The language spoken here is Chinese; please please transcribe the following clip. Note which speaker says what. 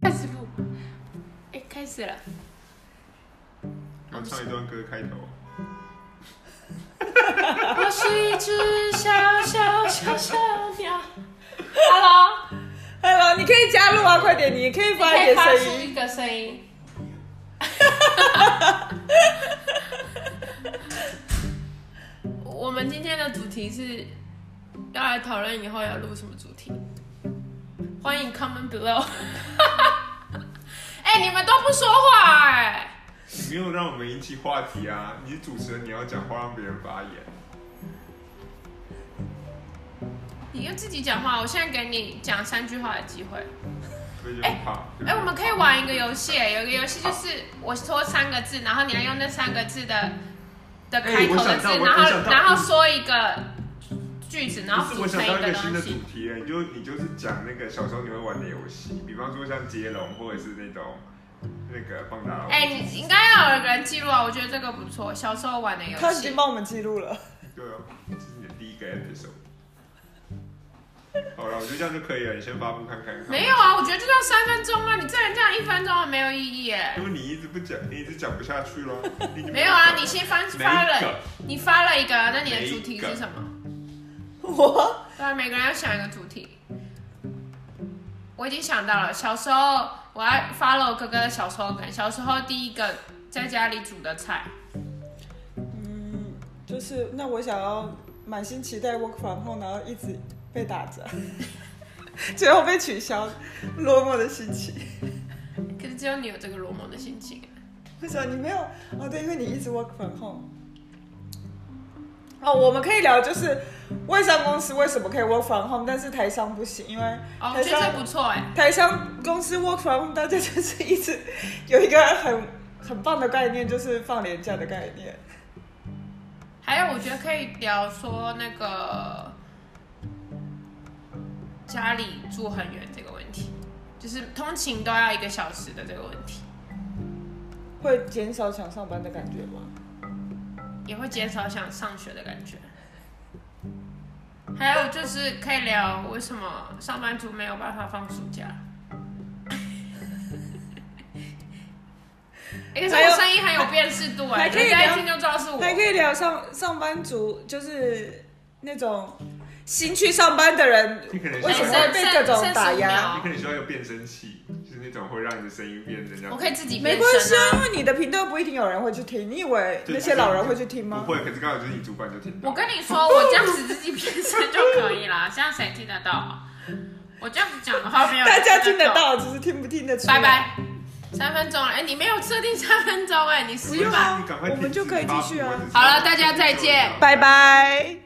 Speaker 1: 开始不？哎，开始了。
Speaker 2: 我唱一段歌开头。
Speaker 1: 我是一只小小小小鸟。Hello，
Speaker 3: Hello，你可哎以加入啊，快点，你可以发
Speaker 1: 可
Speaker 3: 一
Speaker 1: 以
Speaker 3: 点
Speaker 1: 发
Speaker 3: 声
Speaker 1: 出
Speaker 3: 音。
Speaker 1: 一个声音。 我们今天的主题是要来讨论以后要录什么主题。欢迎 comment below。哎、你们都不说话哎、
Speaker 2: 你没有让我们引起话题啊！你是主持人，你要讲话让别人发言。
Speaker 1: 你就自己讲话，我现在给你讲三句话的机会。
Speaker 2: 所以就很怕。
Speaker 1: 哎、我们可以玩一个游戏、哎，有一个游戏就是我说三个字，然后你要用那三个字的的
Speaker 2: 哎
Speaker 1: 开头的
Speaker 2: 我想
Speaker 1: 字，
Speaker 2: 到我
Speaker 1: 然
Speaker 2: 我
Speaker 1: 后
Speaker 2: 想到
Speaker 1: 然后说一个句子，然
Speaker 2: 不
Speaker 1: 后
Speaker 2: 是
Speaker 1: 组
Speaker 2: 我
Speaker 1: 成
Speaker 2: 想
Speaker 1: 一
Speaker 2: 到一
Speaker 1: 个
Speaker 2: 个新
Speaker 1: 东
Speaker 2: 的
Speaker 1: 西
Speaker 2: 主。题了，你就你就是讲那个小时候你会玩的游戏，比方说像接龙或者是那种那个棒打龙。
Speaker 1: 哎、你应该要有人记录啊，我觉得这个不错，小时候玩的游
Speaker 3: 他已
Speaker 1: 戏
Speaker 3: 经。帮我们记录了，
Speaker 2: 对哦，这是你的第一个 episode。好了，我觉得这样就可以了，你先发布看看。
Speaker 1: 没有。啊，我觉得就要三分钟啊，你再这样一分钟很没有意义哎、
Speaker 2: 因为你一直不讲，你一直讲不下去了。你已经
Speaker 1: 没有啊，
Speaker 2: 讲
Speaker 1: 你先翻
Speaker 2: 每
Speaker 1: 发
Speaker 2: 一
Speaker 1: 了
Speaker 2: 个，
Speaker 1: 你发了一个，那你的
Speaker 2: 每一
Speaker 1: 主题
Speaker 2: 个
Speaker 1: 是什么？
Speaker 3: 我
Speaker 1: 对啊，每个人要想一个主题。我已经想到了，小时候我要 follow 哥哥的小时候梗。小时候第一个在家里煮的菜，
Speaker 3: 嗯，就是那我想要满心期待 work from home，然后一直被打折， 结果被取消，落寞的心情。
Speaker 1: 可是只有你有这个罗蒙的心情。
Speaker 3: 为什么你没有？哦，对，因为你一直 work from home。哦，我们可以聊就是外商公司为什么可以 work from home，但是台商不行，因为
Speaker 1: 哦，我
Speaker 3: 台
Speaker 1: 觉得
Speaker 3: 商
Speaker 1: 这不错哎、
Speaker 3: 台商公司 work from home，大家就是一直有一个很很棒的概念，就是放年假的概念。
Speaker 1: 还有，我觉得可以聊说那个家里住很远这个问题，就是通勤都要一个小时的这个问题，
Speaker 3: 会减少想上班的感觉吗？
Speaker 1: 也会减少想上学的感觉。还有就是可以聊为什么上班族没有办法放暑假。 哎、可是我声音很有辨识度哎、
Speaker 3: 还可以
Speaker 1: 人家一
Speaker 3: 聊
Speaker 1: 听就知道是我。
Speaker 3: 还可以聊上上班族，就是那种新去上班的人，
Speaker 2: 你可能
Speaker 1: 哎
Speaker 3: 为什么会被各种打压
Speaker 2: 你可能需要一个变声器，就是那种会让你的声音变成这样。
Speaker 1: 我可以自己
Speaker 3: 没
Speaker 1: 变
Speaker 3: 关系
Speaker 1: 声
Speaker 3: 啊，
Speaker 1: 啊。
Speaker 3: 因为你的频道不一定有人会去听，你以为
Speaker 2: 对
Speaker 3: 那些老人会去听吗
Speaker 2: 不？会，可是刚好就是你主管就听到。
Speaker 1: 我跟你说，
Speaker 3: 啊
Speaker 1: 我这样子自己变声就可以啦， 这样谁听得到啊？我这样子讲的话，没有人
Speaker 3: 大家听得。到，只是听不听得出来。
Speaker 1: 拜。拜，三分钟了，哎、你没有设定三分钟哎、你
Speaker 3: 不
Speaker 1: 失
Speaker 3: 用
Speaker 1: 败。
Speaker 3: 啊
Speaker 2: 你赶快停止
Speaker 3: 我们就可以继续啊
Speaker 2: 发布或者是
Speaker 1: 好了大家再见
Speaker 3: 拜拜。